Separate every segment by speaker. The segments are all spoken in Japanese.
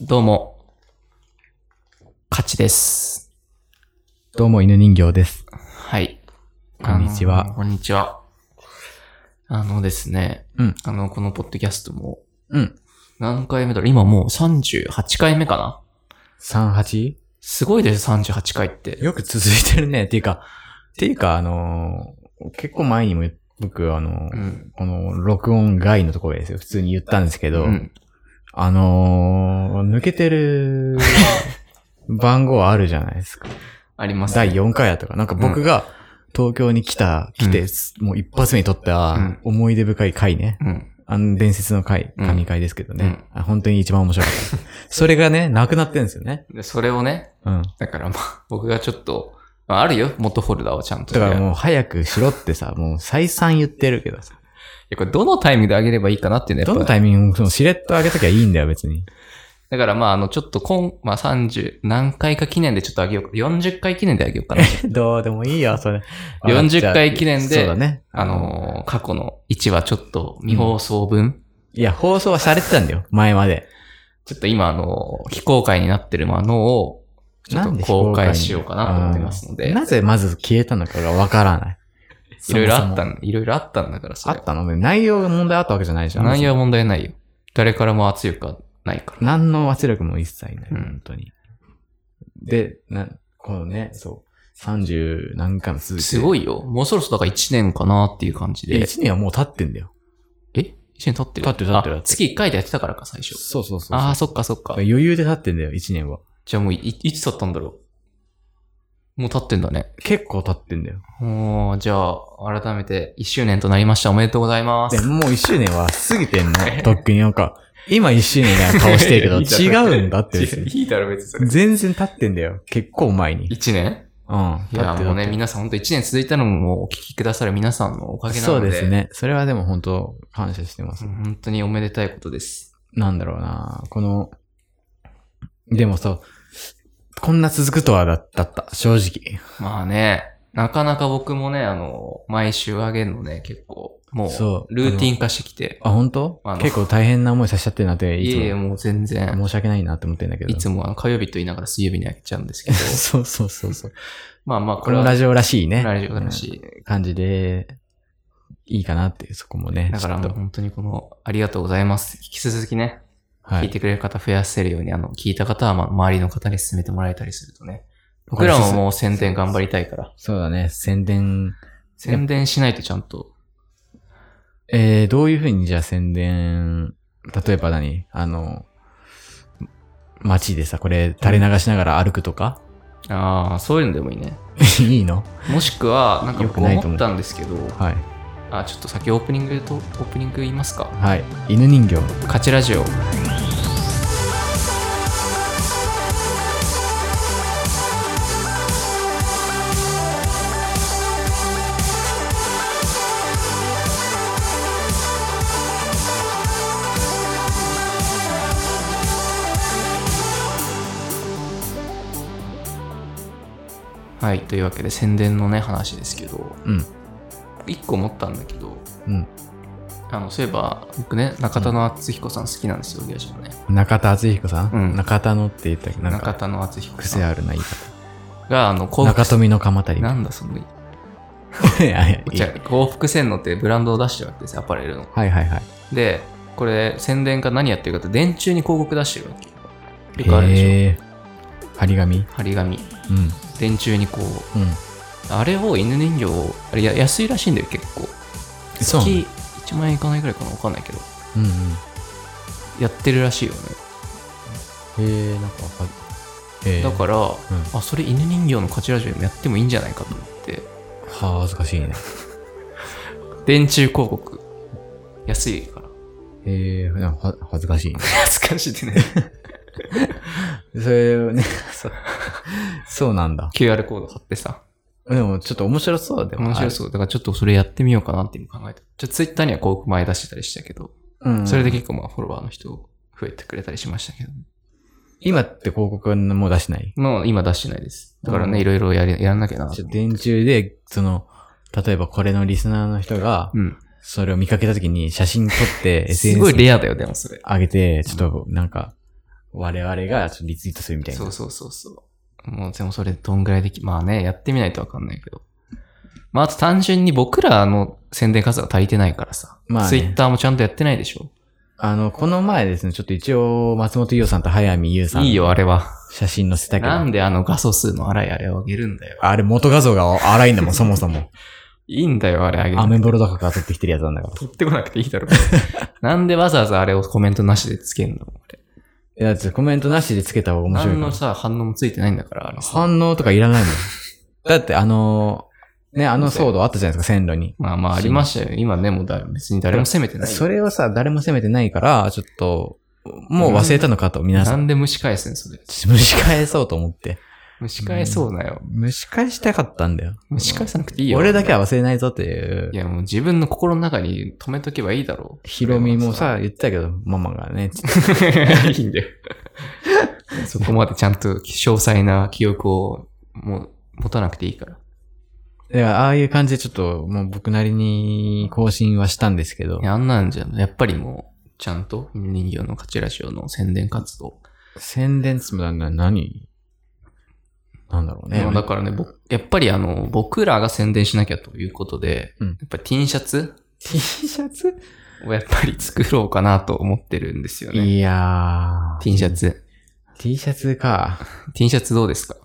Speaker 1: どうも。勝ちです。
Speaker 2: どうも、犬人形です。
Speaker 1: はい。
Speaker 2: こんにちは
Speaker 1: あのこんにちは。あのですね。
Speaker 2: うん
Speaker 1: あの、このポッドキャストも、
Speaker 2: うん。
Speaker 1: 何回目だろう今もう38回目かな
Speaker 2: 38?
Speaker 1: すごいです、38回って。
Speaker 2: よく続いてるね。っていうか、っていうか、あのー結構前にも、僕、あのー
Speaker 1: うん。
Speaker 2: この、録音外のところですよ。普通に言ったんですけど、
Speaker 1: うん。
Speaker 2: あのー抜けてる番号あるじゃないですか。
Speaker 1: あります。
Speaker 2: 第4回やとか。なんか僕が東京に来た、来て、もう一発目に撮った
Speaker 1: うん
Speaker 2: 思い出深い回ね。
Speaker 1: うん。
Speaker 2: あの、伝説の回、
Speaker 1: うん
Speaker 2: 神回ですけどね。あ本当に一番面白かった。それがね、なくなってんですよね。
Speaker 1: で、それをね、
Speaker 2: うん。
Speaker 1: だからまあ、僕がちょっと、まあ、あるよ、元ホルダーはちゃんと。
Speaker 2: だからもう早くしろって さ、もう再三言ってるけどさ。
Speaker 1: いや、これどのタイミングで上げればいいかなっていうね。
Speaker 2: どの
Speaker 1: イ
Speaker 2: タイミングもそのしれっと上げときゃいいんだよ、別に。
Speaker 1: だからまあ、あの、ちょっと今、まあ30、何回か記念でちょっと上げようか。40回記念で上げようかな。
Speaker 2: どうでもいいよ、それ。
Speaker 1: 40回記念で
Speaker 2: そうだね。
Speaker 1: あのー過去の1話ちょっと未放送分。
Speaker 2: いや、放送はされてたんだよ、前まで。
Speaker 1: ちょっと今、あのー非公開になってるものを、ちょっ
Speaker 2: なん
Speaker 1: と
Speaker 2: で
Speaker 1: 公開しようかなと思ってますので。
Speaker 2: なぜまず消えたのかがわからない。
Speaker 1: いろいろあった
Speaker 2: の
Speaker 1: ん、いろいろあったんだから、そ
Speaker 2: あ
Speaker 1: れ。
Speaker 2: ったの内容が問題あったわけじゃないじゃん。
Speaker 1: 内容は問題ないよ。誰からも圧力はないから。
Speaker 2: 何の圧力も一切ない。
Speaker 1: うん
Speaker 2: 本当に。で、な、このね、そう。30何回も続いて。
Speaker 1: すご
Speaker 2: い。
Speaker 1: いよ。もうそろそろだから1年かなっていう感じで。
Speaker 2: 1年はもう経ってんだよ。
Speaker 1: え ?1 年経ってる
Speaker 2: 経ってる経ってる
Speaker 1: あ
Speaker 2: 経ってる
Speaker 1: 月1回でやってたからか、最初。
Speaker 2: そうそうそうそう。
Speaker 1: ああ、そっかそっか。
Speaker 2: 余裕で経ってんだよ、1年は。
Speaker 1: じゃあもうい、いつ経ったんだろう。もう経ってんだね。
Speaker 2: 結構経ってんだよ。
Speaker 1: もう、じゃあ、改めて1周年となりました。おめでとうございます
Speaker 2: で。もう1周年は過ぎてんの。とっくになんか、今1周年な顔してる けど、
Speaker 1: いいじゃ
Speaker 2: 違うんだって別
Speaker 1: 違う
Speaker 2: に。
Speaker 1: いいだろ、別にそれ。
Speaker 2: 全然経ってんだよ。結構前に。
Speaker 1: 1年
Speaker 2: うん。
Speaker 1: いや、
Speaker 2: 経って
Speaker 1: もうね、
Speaker 2: 経って
Speaker 1: 皆さん本当1年続いたのももうお聞きくださる皆さんのおかげな
Speaker 2: そ
Speaker 1: の
Speaker 2: う
Speaker 1: で。
Speaker 2: です。ね。それはでも本当感謝してます。
Speaker 1: 本当におめでたいことです。
Speaker 2: なんだろうなこの、でもさ、こんな続くとはだだった、正直。
Speaker 1: まあね、なかなか僕もね、あの、毎週あげるのね、結構、も、
Speaker 2: そうう
Speaker 1: ルーティン化してきて。
Speaker 2: あ、本当
Speaker 1: あの
Speaker 2: 結構大変な思いさせちゃってるなって、
Speaker 1: いえい
Speaker 2: い
Speaker 1: え、
Speaker 2: つ
Speaker 1: もう全然。
Speaker 2: も。申し訳ないなって思ってんだけど。。
Speaker 1: いつもあの火曜日と言いながら水曜日にあげちゃうんですけど
Speaker 2: そうそうそうそう。
Speaker 1: まあまあ、こ
Speaker 2: こ
Speaker 1: れ
Speaker 2: の
Speaker 1: は
Speaker 2: ラジオらしいね。
Speaker 1: ラジオだし。
Speaker 2: 感じで、いいかなっていう、そこもね。
Speaker 1: だから
Speaker 2: ち
Speaker 1: も
Speaker 2: ょ
Speaker 1: う
Speaker 2: っと
Speaker 1: 本当にこの、ありがとうございます。引き続きね、
Speaker 2: は
Speaker 1: 聞い
Speaker 2: い。
Speaker 1: てくれる方増やせるように、あの、聞いた方は、まあ、周りの方に勧めてもらえたりするとね。僕らももう宣伝頑張りたいから。
Speaker 2: そうだね、宣伝。
Speaker 1: 宣伝しないとちゃんと。
Speaker 2: えー、どういうふうにじゃあ宣伝、例えば何あの、街でさ、これ垂れ流しながら歩くとか、
Speaker 1: ああ、そういうのでもいいね。
Speaker 2: いいの
Speaker 1: もしくは、なんか
Speaker 2: よ
Speaker 1: 僕
Speaker 2: くないと思う
Speaker 1: 思ったんですけど、
Speaker 2: はい。
Speaker 1: あ、ちょっと先オープニングと、オープニング言いますか。
Speaker 2: はい。犬人形。
Speaker 1: カチラジオ。はい、というわけで宣伝のね話ですけど
Speaker 2: うん。
Speaker 1: 1個思ったんだけど
Speaker 2: うん。
Speaker 1: あのそういえば僕ね中田の敦彦さん好きなんですよ、ゲーシャのね
Speaker 2: 中田敦彦さん、
Speaker 1: うん
Speaker 2: 中田のって言ったっけなん
Speaker 1: 中
Speaker 2: か、
Speaker 1: 田の敦彦さ
Speaker 2: 癖
Speaker 1: ん
Speaker 2: あるな、言い方。
Speaker 1: があの幸
Speaker 2: 中
Speaker 1: 福
Speaker 2: 富の鎌足り。
Speaker 1: なんだその
Speaker 2: いやいやいい
Speaker 1: じゃあ幸福洗脳ってブランドを出してるわけですよアパレルの
Speaker 2: はいはいはい。
Speaker 1: でこれ宣伝家何やってるかって電柱に広告出してるわけよくあるでし
Speaker 2: えー、張り紙
Speaker 1: ょ張り紙
Speaker 2: うん。
Speaker 1: 電柱にこう
Speaker 2: うん。
Speaker 1: あれを犬人形をあれや安いらしいんだよ結構
Speaker 2: そうなの
Speaker 1: 月1万円いかないぐらいかなわかんないけど
Speaker 2: うんうん。
Speaker 1: やってるらしいよね
Speaker 2: へえ、なんか、はえー、
Speaker 1: だから、
Speaker 2: ん
Speaker 1: あそれ犬人形のカチラジオでもやってもいいんじゃないかと思って
Speaker 2: はあ恥ずかしいね。
Speaker 1: 電柱広告安いから
Speaker 2: えー、なんかは恥ずかしいね。
Speaker 1: 恥ずかしいってね
Speaker 2: それをね、 そうなんだ。
Speaker 1: QR コード貼ってさ
Speaker 2: でもちょっと面白そうでも
Speaker 1: 面白そうだからちょっとそれやってみようかなって今考えたちょ Twitter には広告前出してたりしたけど、
Speaker 2: う。うん、
Speaker 1: それで結構まあフォロワーの人増えてくれたりしましたけど
Speaker 2: 今って広告はもう出してない
Speaker 1: もう今出してないですだからね、
Speaker 2: うん
Speaker 1: いろいろやりやらなきゃな
Speaker 2: ちょ電柱で、その、例えばこれのリスナーの人が、
Speaker 1: うん
Speaker 2: そ れを見かけた時に写真撮って、
Speaker 1: すごい
Speaker 2: SNS に
Speaker 1: レアだよでもそれ
Speaker 2: 上げて、ちょっとなんか、我々がちょっとリツイートするみたいな。
Speaker 1: そうそうそうそう。もう、でもそれどんぐらいでき、まあね、やってみないとわかんないけど。まあ、あと単純に僕らの宣伝数が足りてないからさ。
Speaker 2: まあね
Speaker 1: ツイッターもちゃんとやってないでしょ。
Speaker 2: あの、この前ですね、ちょっと一応、松本伊代さんと早見優さん。
Speaker 1: いいよ、あれは。
Speaker 2: 写真載せたけ
Speaker 1: な
Speaker 2: ど。
Speaker 1: んであの画素数の荒いあれをあげるんだよ。
Speaker 2: あれ元画像が荒い んだもん、そもそも。
Speaker 1: いいんだよ、あれあげる
Speaker 2: ア。メブロとかから撮ってきてるやつなんだから。
Speaker 1: 取ってこなくていいだろ。 なんでわざわざあれをコメントなしでつけるのあれ
Speaker 2: いや、だってコメントなしでつけた方が面白い
Speaker 1: 何
Speaker 2: か
Speaker 1: の
Speaker 2: ら。
Speaker 1: さ、反応もついてないんだから、あれさ。
Speaker 2: 反応とかいらない もん。だって、あのーね、あの騒動あったじゃないですか、線路に。
Speaker 1: まあまあありましたよ。今ね、もうだ別に誰も責めてないよ。
Speaker 2: それをさ、誰も責めてないから、ちょっと、もう忘れたのかと、皆さ。
Speaker 1: なんんで蒸し返すん、それ。
Speaker 2: 蒸し返そうと思って。
Speaker 1: 蒸し返そうなよ。
Speaker 2: 蒸し返したかったんだよ。
Speaker 1: 蒸し返さなくていいよ。
Speaker 2: 俺だけは忘れないぞっていう
Speaker 1: い。や、もう自分の心の中に止めとけばいいだろ う。
Speaker 2: ヒロミもさ、言ってたけど、ママがね、つって
Speaker 1: それはさ、いいんだ よ。そこまでちゃんと詳細な記憶をもう持たなくていいから。
Speaker 2: だからああいう感じでちょっと、もう僕なりに更新はしたんですけど
Speaker 1: い、や、あんなんじゃん、やっぱりもう、ちゃんと犬人形の勝ちラジオの宣伝活動。
Speaker 2: 宣伝つもりなんだ何なんだろうね
Speaker 1: まあ。だからね、僕やっぱりあの、僕らが宣伝しなきゃということで、
Speaker 2: うん
Speaker 1: やっぱり T シャツ
Speaker 2: T シャツ
Speaker 1: をやっぱり作ろうかなと思ってるんですよね。
Speaker 2: いやー。
Speaker 1: T シャツ。
Speaker 2: T シャツか。
Speaker 1: T シャツどうですか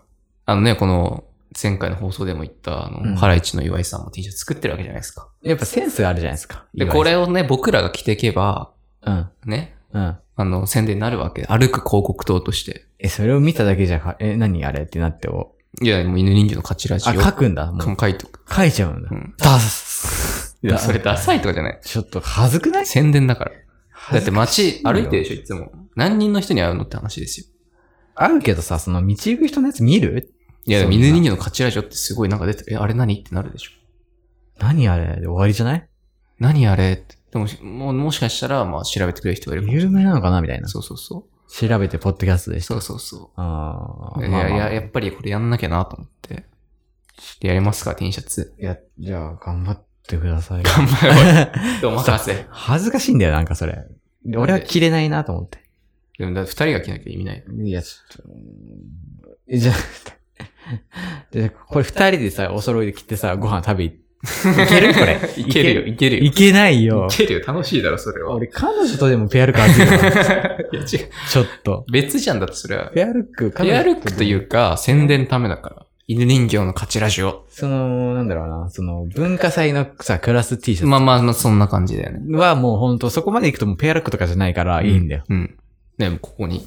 Speaker 1: あのね、この、前回の放送でも言った、あの、
Speaker 2: うん
Speaker 1: ハライチの岩井さんも T シャツ作ってるわけじゃないですか。
Speaker 2: やっぱセンスがあるじゃないですか。
Speaker 1: で、
Speaker 2: 岩井
Speaker 1: これをね、僕らが着ていけば、
Speaker 2: さん。うん。
Speaker 1: ね、
Speaker 2: うん。
Speaker 1: あの、宣伝になるわけ。歩く広告塔として。
Speaker 2: え、それを見ただけじゃか、え、何あれってなってお。
Speaker 1: いや、もう犬人形の勝ちラジオ。
Speaker 2: あ、書くんだ。もう
Speaker 1: 書いとく。
Speaker 2: 書いちゃうんだ
Speaker 1: う。ん。
Speaker 2: ダス
Speaker 1: いや、それダサいとかじゃない。
Speaker 2: ちょっと、はずくない
Speaker 1: 宣伝だから。だって街
Speaker 2: よ
Speaker 1: 歩いてるでしょ、いつも。何人の人に会うのって話ですよ。
Speaker 2: あるけどさ、その道行く人のやつ見る
Speaker 1: いや、
Speaker 2: そ
Speaker 1: で
Speaker 2: う
Speaker 1: も犬人形の勝ちラジオってすごいなんか出てる。え、あれ何ってなるでしょ。
Speaker 2: 何あれで終わりじゃない
Speaker 1: 何あれって。でも、もうもしかしたら、まあ、調べてくれる人がいるかもしれ
Speaker 2: 有名なのかなみたい
Speaker 1: な。。
Speaker 2: ない
Speaker 1: そうそうそ
Speaker 2: 調べて、ポッドキャストで
Speaker 1: う。
Speaker 2: した
Speaker 1: そう。そうそ
Speaker 2: あ
Speaker 1: う。
Speaker 2: ー
Speaker 1: い
Speaker 2: まあ
Speaker 1: や、
Speaker 2: ま
Speaker 1: い
Speaker 2: あ
Speaker 1: や、やっぱりこれやんなきゃなと思って。で、やりますか、T シャ ツ。
Speaker 2: いや、じゃあ、頑張ってください。
Speaker 1: 頑張れ、おい。お任せ。
Speaker 2: 恥ずかしいんだよ、なんかそれ。で俺は着れないなと思って。
Speaker 1: でも、だって二人が着なきゃ意味ない。。
Speaker 2: いや、ちょっとえ。じゃあ、じゃあ これ二人でさ、お揃いで着てさ、ご飯 食べい、いけるこれ
Speaker 1: いけるよ、いけるよ。
Speaker 2: いけないよ
Speaker 1: い。けるよ、楽しいだろ、それは。
Speaker 2: 俺、彼女とでもペアルック熱いよ。
Speaker 1: いや、違う。
Speaker 2: ちょっと。
Speaker 1: 別じゃんだって、それは。
Speaker 2: ペアルック、。
Speaker 1: ペアルックといううか、宣伝ためだから。犬人形の勝ちラジオ。
Speaker 2: その、なんだろうな、その、文化祭のさ、クラス T シャ
Speaker 1: まあまあまあ、そんな感じだよね。
Speaker 2: ツはもうほんと、そこまで行くともうペアルックとかじゃないから、いいんだよ。。
Speaker 1: うん。でも、ここに、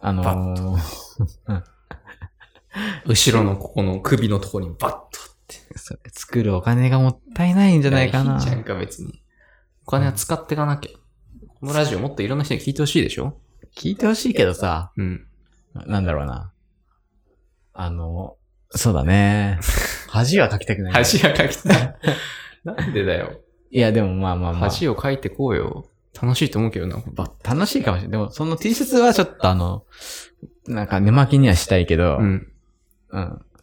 Speaker 2: あの
Speaker 1: バ
Speaker 2: ー、
Speaker 1: 後ろのここの首のところにバッとって。
Speaker 2: それ作るお金がもったいないんじ
Speaker 1: じ
Speaker 2: ゃないかな。
Speaker 1: じゃんか、別に。お金は使っていかなきゃ。このラジオもっといろんな人に聞いてほしいでしょ
Speaker 2: 聞いてほしいけどさ、
Speaker 1: うん。
Speaker 2: なんだろうな。あの、そう だね。恥はかきたくない。
Speaker 1: 恥がかきたい。 なんでだよ。
Speaker 2: いや、でもまあまあまあ。
Speaker 1: 恥をかいてこうよ。楽しいと思うけどな、バッと。
Speaker 2: 楽しいかもしれない。でも、その T シャツはちょっとあの、なんか寝巻きにはしたいけど、
Speaker 1: う
Speaker 2: うん。
Speaker 1: ん。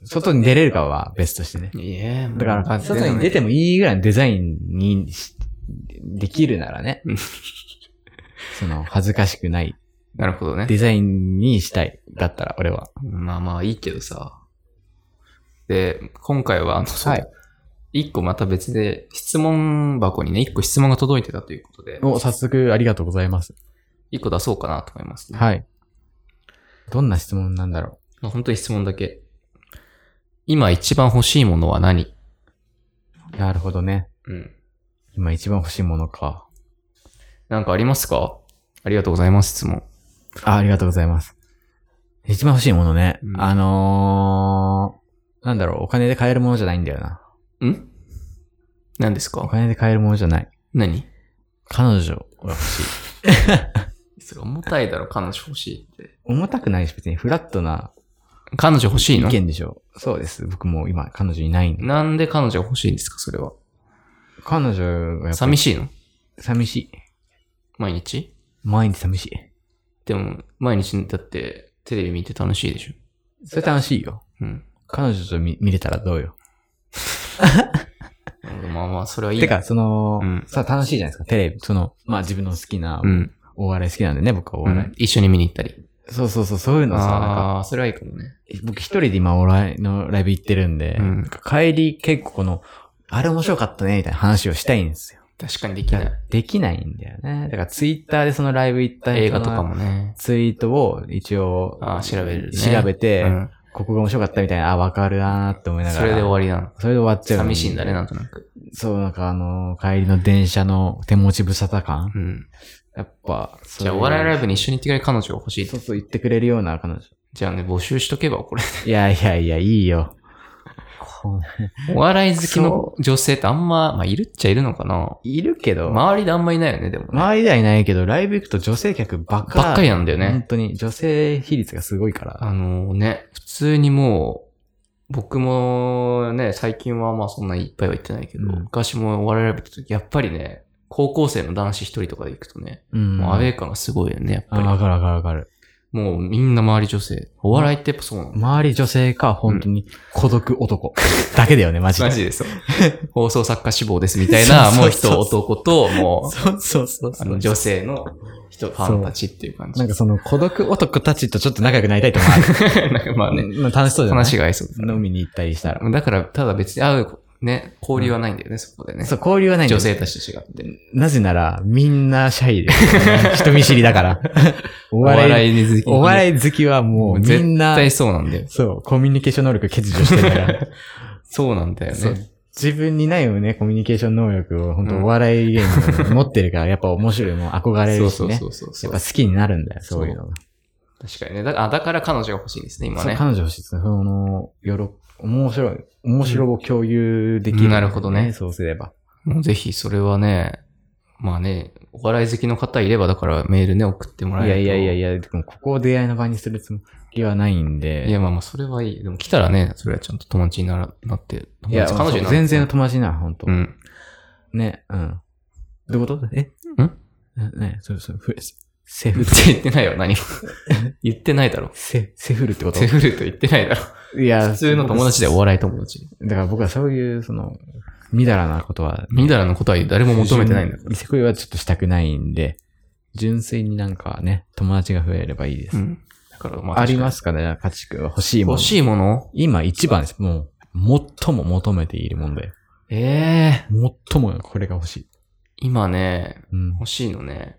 Speaker 2: 外に出れるかは別としてね。
Speaker 1: いえ、もう
Speaker 2: だから、外に出てもいいぐらいのデザインにしできるならね
Speaker 1: うん。
Speaker 2: その、恥ずかしくない
Speaker 1: なるほどね。
Speaker 2: デザインにしたい。だったら、俺は。
Speaker 1: まあまあいいけどさ。で、今回は、あの、そう
Speaker 2: はい
Speaker 1: 一個また別で、質問箱にね、一個質問が届いてたということで、
Speaker 2: お、早速ありがとうございます。
Speaker 1: 一個出そうかなと思います、ね。
Speaker 2: はい。どんな質問なんだろ
Speaker 1: まあ本当に質問だけ。今一番欲しいものは何
Speaker 2: う。なるほどね。
Speaker 1: うん。
Speaker 2: 今一番欲しいものか。
Speaker 1: なんかありますかありがとうございます、質問。
Speaker 2: あ、ありがとうございます。一番欲しいものね。
Speaker 1: うん
Speaker 2: あのー、なんだろう、お金で買えるものじゃないんだよな。
Speaker 1: ん何です
Speaker 2: お
Speaker 1: か
Speaker 2: 金で買えるものじゃない。
Speaker 1: 何
Speaker 2: 彼女が欲しい。
Speaker 1: それ重たいだろ、彼女欲しいって。
Speaker 2: 重たくないし、別にフラットな
Speaker 1: 彼女欲しい
Speaker 2: 意
Speaker 1: の
Speaker 2: 見でしょ。そうです。僕もう今、彼女いないんで。
Speaker 1: なんで彼女が欲しいんですか、それは。
Speaker 2: 彼女がやっぱ
Speaker 1: 寂しいの
Speaker 2: 寂しい。
Speaker 1: 毎日
Speaker 2: 毎日寂しい。
Speaker 1: でも、毎日だって、テレビ見て楽しいでしょ。
Speaker 2: それ楽しいよ。
Speaker 1: うん。
Speaker 2: 彼女と見見れたらどうよ。
Speaker 1: まあまあ、それはいい。
Speaker 2: てか、、その、
Speaker 1: うん
Speaker 2: さ、楽しいじゃないですか、テレビ。その、まあ自分の好きな、
Speaker 1: うん。
Speaker 2: お笑い好きなんでね、僕はお
Speaker 1: う
Speaker 2: 笑い。
Speaker 1: ん、一緒に見に行ったり。
Speaker 2: そうそうそう、そういうのさ、なんか、
Speaker 1: ああー、それはいいかもね。
Speaker 2: 僕一人で今お笑いのライブ行ってるんで、
Speaker 1: うん
Speaker 2: なんか帰り結構この、あれ面白かったね、みたいな話をしたいんですよ。
Speaker 1: 確かにできない。
Speaker 2: できないんだよね。だからツイッターでそのライブ行った人の
Speaker 1: 映画とかもね。
Speaker 2: ツイートを一応、
Speaker 1: あー調べるね
Speaker 2: 調べて、
Speaker 1: うん
Speaker 2: ここが面白かったみたいな、あ、わかるなーって思いながら。
Speaker 1: それで終わりなの。
Speaker 2: それで終わっちゃう。
Speaker 1: 寂しいんだね、。なんとなく。
Speaker 2: そう、なんかあのー、帰りの電車の手持ち無沙汰感。
Speaker 1: うん。
Speaker 2: やっぱ、そう
Speaker 1: じ
Speaker 2: い
Speaker 1: ゃあ、
Speaker 2: う
Speaker 1: お笑いライブに一緒に行ってくれる彼女が欲しいと
Speaker 2: そうそう言ってくれるような彼女。
Speaker 1: じゃあね、募集しとけば、これ。
Speaker 2: いやいやいや、いいよ。こう
Speaker 1: お笑い好きの女性ってあんま、まあ、いるっちゃいるのかない
Speaker 2: るけど、
Speaker 1: 周りであんまいないよね、でもね。
Speaker 2: 周りではいないけど、ライブ行くと女性客ばっか
Speaker 1: ばっかりなんだよ
Speaker 2: 本
Speaker 1: ね。
Speaker 2: 当に、女性比率がすごいから。
Speaker 1: あのね、普通にもう、僕もね、最近はまあそんないっぱいは行ってないけど、
Speaker 2: うん
Speaker 1: 昔もお笑いライブ行った時、やっぱりね、高校生の男子一人とかで行くとね、
Speaker 2: うん
Speaker 1: もうアウェー感がすごいよね、やっ
Speaker 2: あ
Speaker 1: ぱり。
Speaker 2: わかるわかるわかる。
Speaker 1: もうみんな周り女性。お笑いってやっぱそうなの、
Speaker 2: 周り女性か、本当に孤独 男。だけだよね、マジで。
Speaker 1: マジでそう。 放送作家志望ですみたいな、
Speaker 2: そ
Speaker 1: もう
Speaker 2: うそうそう
Speaker 1: 人、男と、もう、
Speaker 2: そうそうそう
Speaker 1: あ
Speaker 2: そう。
Speaker 1: の女性の人、ファンたちっていう感じ。
Speaker 2: なんかその孤独男たちとちょっと仲良くなりたいと思
Speaker 1: なん かまあ
Speaker 2: う。
Speaker 1: ね、
Speaker 2: ね、楽しそうじゃない
Speaker 1: 話が合いそうですね
Speaker 2: 飲みに行ったりしたら。
Speaker 1: だから、ただ別に会う、ね、交流はないんだよね、そこでね。
Speaker 2: そう、交流はないん
Speaker 1: 女
Speaker 2: だよ
Speaker 1: 性たちと違って。
Speaker 2: なぜなら、みんなシ ャイで、ね。人見知りだから。お
Speaker 1: お
Speaker 2: 笑い、
Speaker 1: いに好き
Speaker 2: お
Speaker 1: い
Speaker 2: 笑い好きはもうみ
Speaker 1: 絶
Speaker 2: んな、
Speaker 1: 対そうなんだよ。
Speaker 2: そう、コミュニケーション能力欠如してるから。
Speaker 1: そうなんだよ
Speaker 2: そう
Speaker 1: ね。
Speaker 2: 自分にないよね、コミュニケーション能力を、本
Speaker 1: うん
Speaker 2: 当お笑い芸人が持ってるから、やっぱ面白いもん、憧れ
Speaker 1: そ
Speaker 2: る
Speaker 1: う
Speaker 2: し
Speaker 1: そう
Speaker 2: ね
Speaker 1: そ。うそうそ
Speaker 2: や
Speaker 1: う
Speaker 2: っぱ。好きになるんだよ、そういうのが。
Speaker 1: 確かにね。だあだから彼女が欲しいんですね、今
Speaker 2: そう
Speaker 1: ね。
Speaker 2: 彼女欲しいですね。その、よろ、面白い、面白を共有できる、
Speaker 1: うんなるほどね
Speaker 2: そうすれば。
Speaker 1: もうぜひ、それはね、まあね、お笑い好きの方いれば、だからメールね、送ってもらえ
Speaker 2: い
Speaker 1: る
Speaker 2: や
Speaker 1: と。
Speaker 2: いやいや
Speaker 1: い
Speaker 2: いや、でもここを出会いの場にするつもりはないん
Speaker 1: や。
Speaker 2: で。
Speaker 1: いや、まあまあ、それはいい。でも来たらね、それはちゃんと友達にならなって。
Speaker 2: い
Speaker 1: 友
Speaker 2: や、
Speaker 1: 達彼女になる
Speaker 2: 全然の友達にならん、ほんと
Speaker 1: う。ん。
Speaker 2: ね、うん。どういうことえ
Speaker 1: ん
Speaker 2: ね、そうそう、ふセフ
Speaker 1: 言っ
Speaker 2: ル、
Speaker 1: て言ってないよ、何 も。言ってないだろ。
Speaker 2: セ、セフルってこと
Speaker 1: セフルと言ってないだろ。
Speaker 2: いや
Speaker 1: 普通の友達でお笑い友達。
Speaker 2: だから僕はそういう、その、みだらなことは、
Speaker 1: みだらのことは誰も求めてないんだ。
Speaker 2: ニセコイはちょっとしたくないんで、純粋になんかね、友達が増えればいいです。
Speaker 1: うん。だから、まあ、。
Speaker 2: ありますすかね、カチ君は欲しいもの。
Speaker 1: 欲しいもの
Speaker 2: 今一番です。もう、最も求めているもんで。
Speaker 1: ええ
Speaker 2: 最もこれが欲しい。
Speaker 1: 今ね、
Speaker 2: うん。
Speaker 1: 欲しいのね。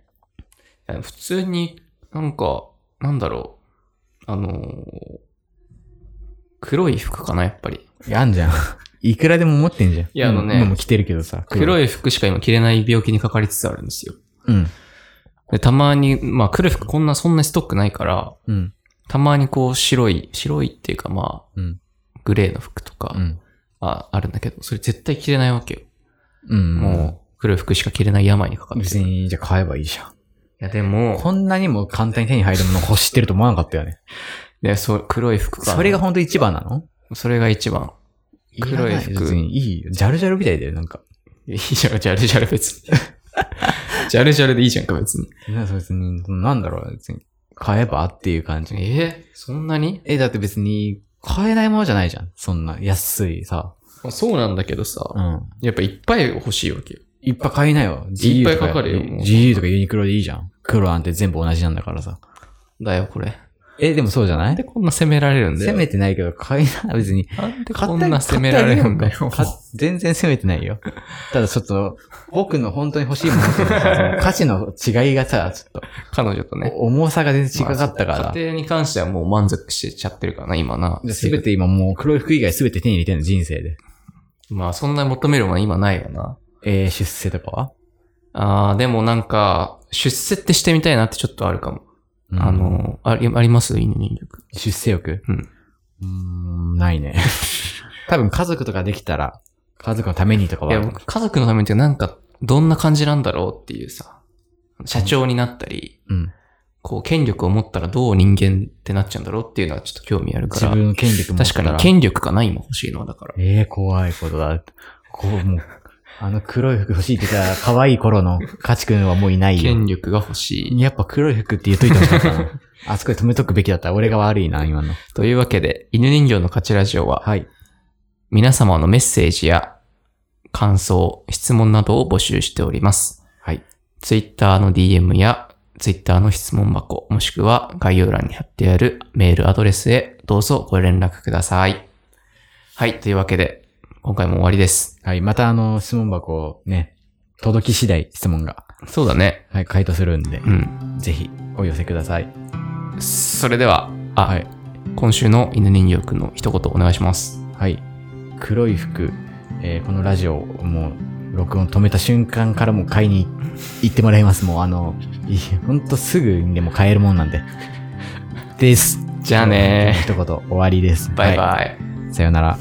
Speaker 1: いや普通に、なんか、なんだろう。あのー黒い服かな、やっぱり。
Speaker 2: あんじ ゃん。いくらでも持ってんじゃん。
Speaker 1: いやあのね
Speaker 2: 今も着てるけどさ。
Speaker 1: 黒
Speaker 2: い。
Speaker 1: い服しか今着れない病気にかかりつつあるんですよ。
Speaker 2: うん。
Speaker 1: で、たまに、まあ、黒い服こんな、そんなストックないから、
Speaker 2: うん。
Speaker 1: たまにこう、白い、白いっていうか、まあ、
Speaker 2: うん
Speaker 1: グレーの服とか、
Speaker 2: うん。
Speaker 1: ああるんだけど、それ絶対着れないわけよ。
Speaker 2: うん。
Speaker 1: もう、黒い服しか着れない病にかかってる。
Speaker 2: 別に、じゃあ買えばいいじゃん。
Speaker 1: いや、でも、
Speaker 2: こんなにも簡単に手に入るもの欲してると思わなかったよね。
Speaker 1: でそう黒い服が、
Speaker 2: それが、本当一番なの
Speaker 1: それが一番。黒い服
Speaker 2: らな別にいいよ。ジャルジャルみたいだよ、なんか。
Speaker 1: いいじゃん、ジャルジャル別に。ジャルジャルでいいじゃんか、別に。
Speaker 2: なんか別に、なんだろう、別に。買えばっていう感じ。
Speaker 1: ええそんなに
Speaker 2: え、だって別に、買えないものじゃないじゃん。そんな、安いさ。
Speaker 1: まあそうなんだけどさ、
Speaker 2: うん。
Speaker 1: やっぱいっぱい欲しいわけよ。
Speaker 2: いっぱい買いなよ。
Speaker 1: いっぱいかかるよもう
Speaker 2: GU とかユニクロでいいじゃん。黒なんて全部同じなんだからさ。
Speaker 1: だよ、これ。
Speaker 2: え、でもそうじゃな
Speaker 1: なんで
Speaker 2: い
Speaker 1: こんな責められるんだよ。
Speaker 2: 攻めてないけど、買えない。別に。
Speaker 1: なんで
Speaker 2: 買
Speaker 1: こ
Speaker 2: っ
Speaker 1: ん
Speaker 2: た
Speaker 1: な責められるんだよ。
Speaker 2: 買った全然責めてないよ。ただちょっと、僕の本当に欲しいものっていうのはさ その価値の違いがさ、ちょっと、
Speaker 1: 彼女とね。
Speaker 2: お重さが全然違かったから。
Speaker 1: 家庭に関してはもう満足してちゃってるからな、今な。
Speaker 2: すべて今もう黒い服以外すべて手に入れてんの、人生で。
Speaker 1: まあ、そんな求めるものは今ないよな。
Speaker 2: えー、出世とかは、
Speaker 1: あー、でもなんか、出世ってしてみたいなってちょっとあるかも。
Speaker 2: うん
Speaker 1: あ、の、あり、あります犬人力。
Speaker 2: 出世欲
Speaker 1: うん。
Speaker 2: うーん、ないね。 多分家族とかできたら、家族のためにとか
Speaker 1: いや、
Speaker 2: は、
Speaker 1: 僕、家族のためにってなんか、どんな感じなんだろうっていうさ、社長になったり、
Speaker 2: うん。
Speaker 1: こう、権力を持ったらどう人間ってなっちゃうんだろうっていうのはちょっと興味あるか
Speaker 2: 自
Speaker 1: ら。
Speaker 2: 分の権力も。
Speaker 1: 確かに、権力かな、今欲しいのは、だから。
Speaker 2: えー、怖いことだ。こう、もう、あの黒い服欲しいって言ったら、可愛い頃のカチ君はもういないよ。
Speaker 1: 権力が欲しい。
Speaker 2: やっぱ黒い服って言っといてほしかったな。 あそこで止めとくべきだった。俺が悪いな、今の。
Speaker 1: というわけで、犬人形の勝ちラジオは、
Speaker 2: はい。
Speaker 1: 皆様のメッセージや感想、質問などを募集しております。
Speaker 2: はい。
Speaker 1: Twitter の DM やツイッターの質問箱、もしくは概要欄に貼ってあるメールアドレスへどうぞご連絡ください。はい、というわけで、今回も終わりです。
Speaker 2: はい。またあの、質問箱ね、届き次第質問が、
Speaker 1: そうだね。
Speaker 2: はい、回答するんで、
Speaker 1: うん。
Speaker 2: ぜひお寄せください。
Speaker 1: それでは、あ、
Speaker 2: はい。
Speaker 1: 今週の犬人形くんの一言お願いします。
Speaker 2: はい。黒い服、えーこのラジオ、もう、録音止めた瞬間からもう買いに行ってもらいます。もう、あの、いほんとすぐにでも買えるもんなんで。です。
Speaker 1: じゃあね
Speaker 2: 一言終わりです。
Speaker 1: ー。バイバイ。
Speaker 2: はい。さよなら。